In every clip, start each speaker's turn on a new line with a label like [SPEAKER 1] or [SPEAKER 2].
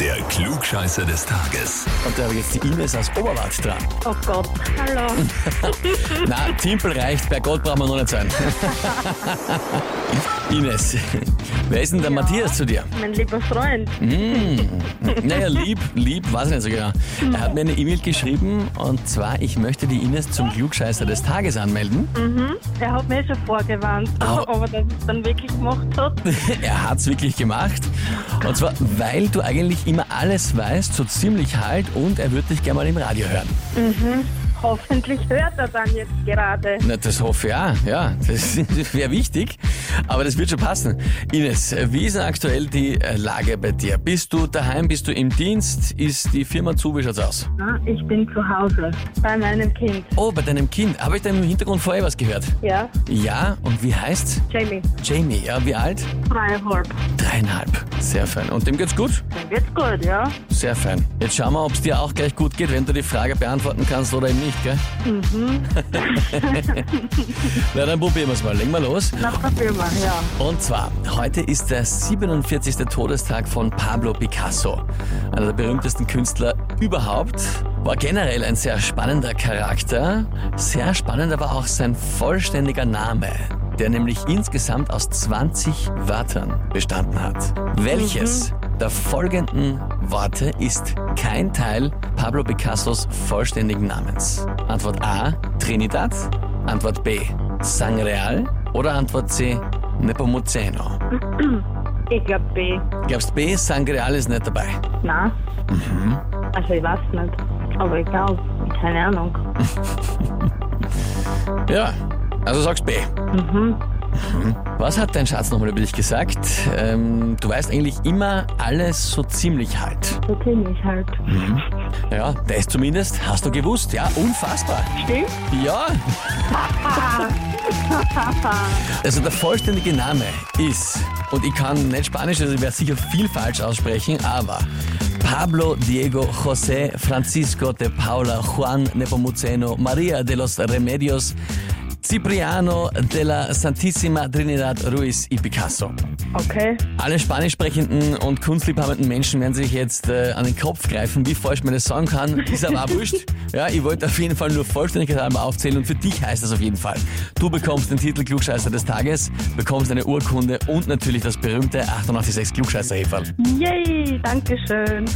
[SPEAKER 1] Der Klugscheißer des Tages.
[SPEAKER 2] Und da habe ich jetzt die Ines aus Oberwart dran.
[SPEAKER 3] Oh Gott, hallo.
[SPEAKER 2] Na, Timpel reicht, bei Gott brauchen wir noch nicht sein. Ines, wer ist denn der Matthias zu dir?
[SPEAKER 3] mein lieber Freund.
[SPEAKER 2] Naja, lieb, lieb, weiß ich nicht so genau. Er hat mir eine E-Mail geschrieben und zwar, ich möchte die Ines zum Klugscheißer des Tages anmelden.
[SPEAKER 3] Er hat mir eh schon vorgewarnt,
[SPEAKER 2] Au.
[SPEAKER 3] aber dass er es dann wirklich gemacht hat.
[SPEAKER 2] Er hat's wirklich gemacht. Und zwar, weil du eigentlich immer alles weißt, so ziemlich halt und er würde dich gerne mal im Radio hören.
[SPEAKER 3] Hoffentlich hört er dann jetzt gerade.
[SPEAKER 2] Na, das hoffe ich auch. Ja, das wäre wichtig. Aber das wird schon passen. Ines, wie ist denn aktuell die äh, Lage bei dir? Bist du daheim? Bist du im Dienst? Ist die Firma zu? Wie schaut's aus?
[SPEAKER 3] Na, ich bin zu Hause bei meinem Kind.
[SPEAKER 2] Oh, bei deinem Kind. Habe ich da im Hintergrund vorher was gehört?
[SPEAKER 3] Ja,
[SPEAKER 2] Ja, und wie heißt's?
[SPEAKER 3] Jamie,
[SPEAKER 2] Jamie, ja, wie alt?
[SPEAKER 3] dreieinhalb.
[SPEAKER 2] Dreieinhalb. Sehr fein. Und dem geht's gut?
[SPEAKER 3] Dann wird's gut, ja?
[SPEAKER 2] Sehr fein. Jetzt schauen wir, ob's dir auch gleich gut geht, wenn du die Frage beantworten kannst oder eben nicht, gell? Mhm. Na, dann probieren wir's mal. Legen wir los.
[SPEAKER 3] Nach der Firma, ja.
[SPEAKER 2] Und zwar, heute ist der 47. Todestag von Pablo Picasso, einer der berühmtesten Künstler überhaupt. War generell ein sehr spannender Charakter. Sehr spannend aber auch sein vollständiger Name, der nämlich insgesamt aus 20 Wörtern bestanden hat. Welches der folgenden Worte ist kein Teil Pablo Picassos vollständigen Namens? Antwort A, Trinidad. Antwort B, Sangreal. Oder Antwort C, Nepomuceno.
[SPEAKER 3] Ich glaub B.
[SPEAKER 2] Glaubst B, Sangreal ist nicht dabei?
[SPEAKER 3] Na? Also ich weiß nicht. Aber ich glaube, keine Ahnung.
[SPEAKER 2] Ja, also sagst B. Mhm. Was hat dein Schatz nochmal über dich gesagt? Ähm, du weißt eigentlich immer alles so ziemlich halt.
[SPEAKER 3] So ziemlich halt.
[SPEAKER 2] Ja, das zumindest hast du gewusst. Ja, unfassbar.
[SPEAKER 3] Stimmt?
[SPEAKER 2] Ja. Also der vollständige Name ist, und ich kann nicht Spanisch, also ich werde sicher viel falsch aussprechen, aber Pablo Diego José Francisco de Paula Juan Nepomuceno María de los Remedios Cipriano de la Santísima Trinidad Ruiz y Picasso.
[SPEAKER 3] Okay.
[SPEAKER 2] Alle spanisch sprechenden und kunstliebhabenden Menschen werden sich jetzt äh, an den Kopf greifen, wie falsch man das sagen kann. Ist aber auch wurscht. Ja, ich wollte auf jeden Fall nur Vollständigkeit halber aufzählen und für dich heißt das auf jeden Fall. Du bekommst den Titel Klugscheißer des Tages, bekommst eine Urkunde und natürlich das berühmte 886 klugscheißer -Häferl.
[SPEAKER 3] Yay, danke schön.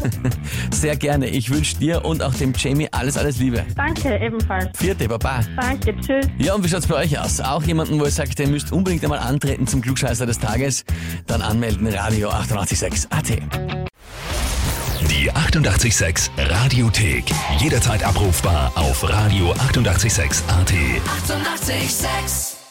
[SPEAKER 2] Sehr gerne. Ich wünsche dir und auch dem Jamie alles, alles Liebe.
[SPEAKER 3] danke, ebenfalls.
[SPEAKER 2] Vierte, Baba.
[SPEAKER 3] Danke, tschüss.
[SPEAKER 2] Ja, und wie schaut's bei euch aus? Auch jemanden, wo ihr sagt, ihr müsst unbedingt einmal antreten zum Klugscheißer des Tages? Dann anmelden, Radio 886 AT.
[SPEAKER 1] Die 88,6 Radiothek. Jederzeit abrufbar auf radio886.at. 88,6.
[SPEAKER 4] Eighty-eight, sex.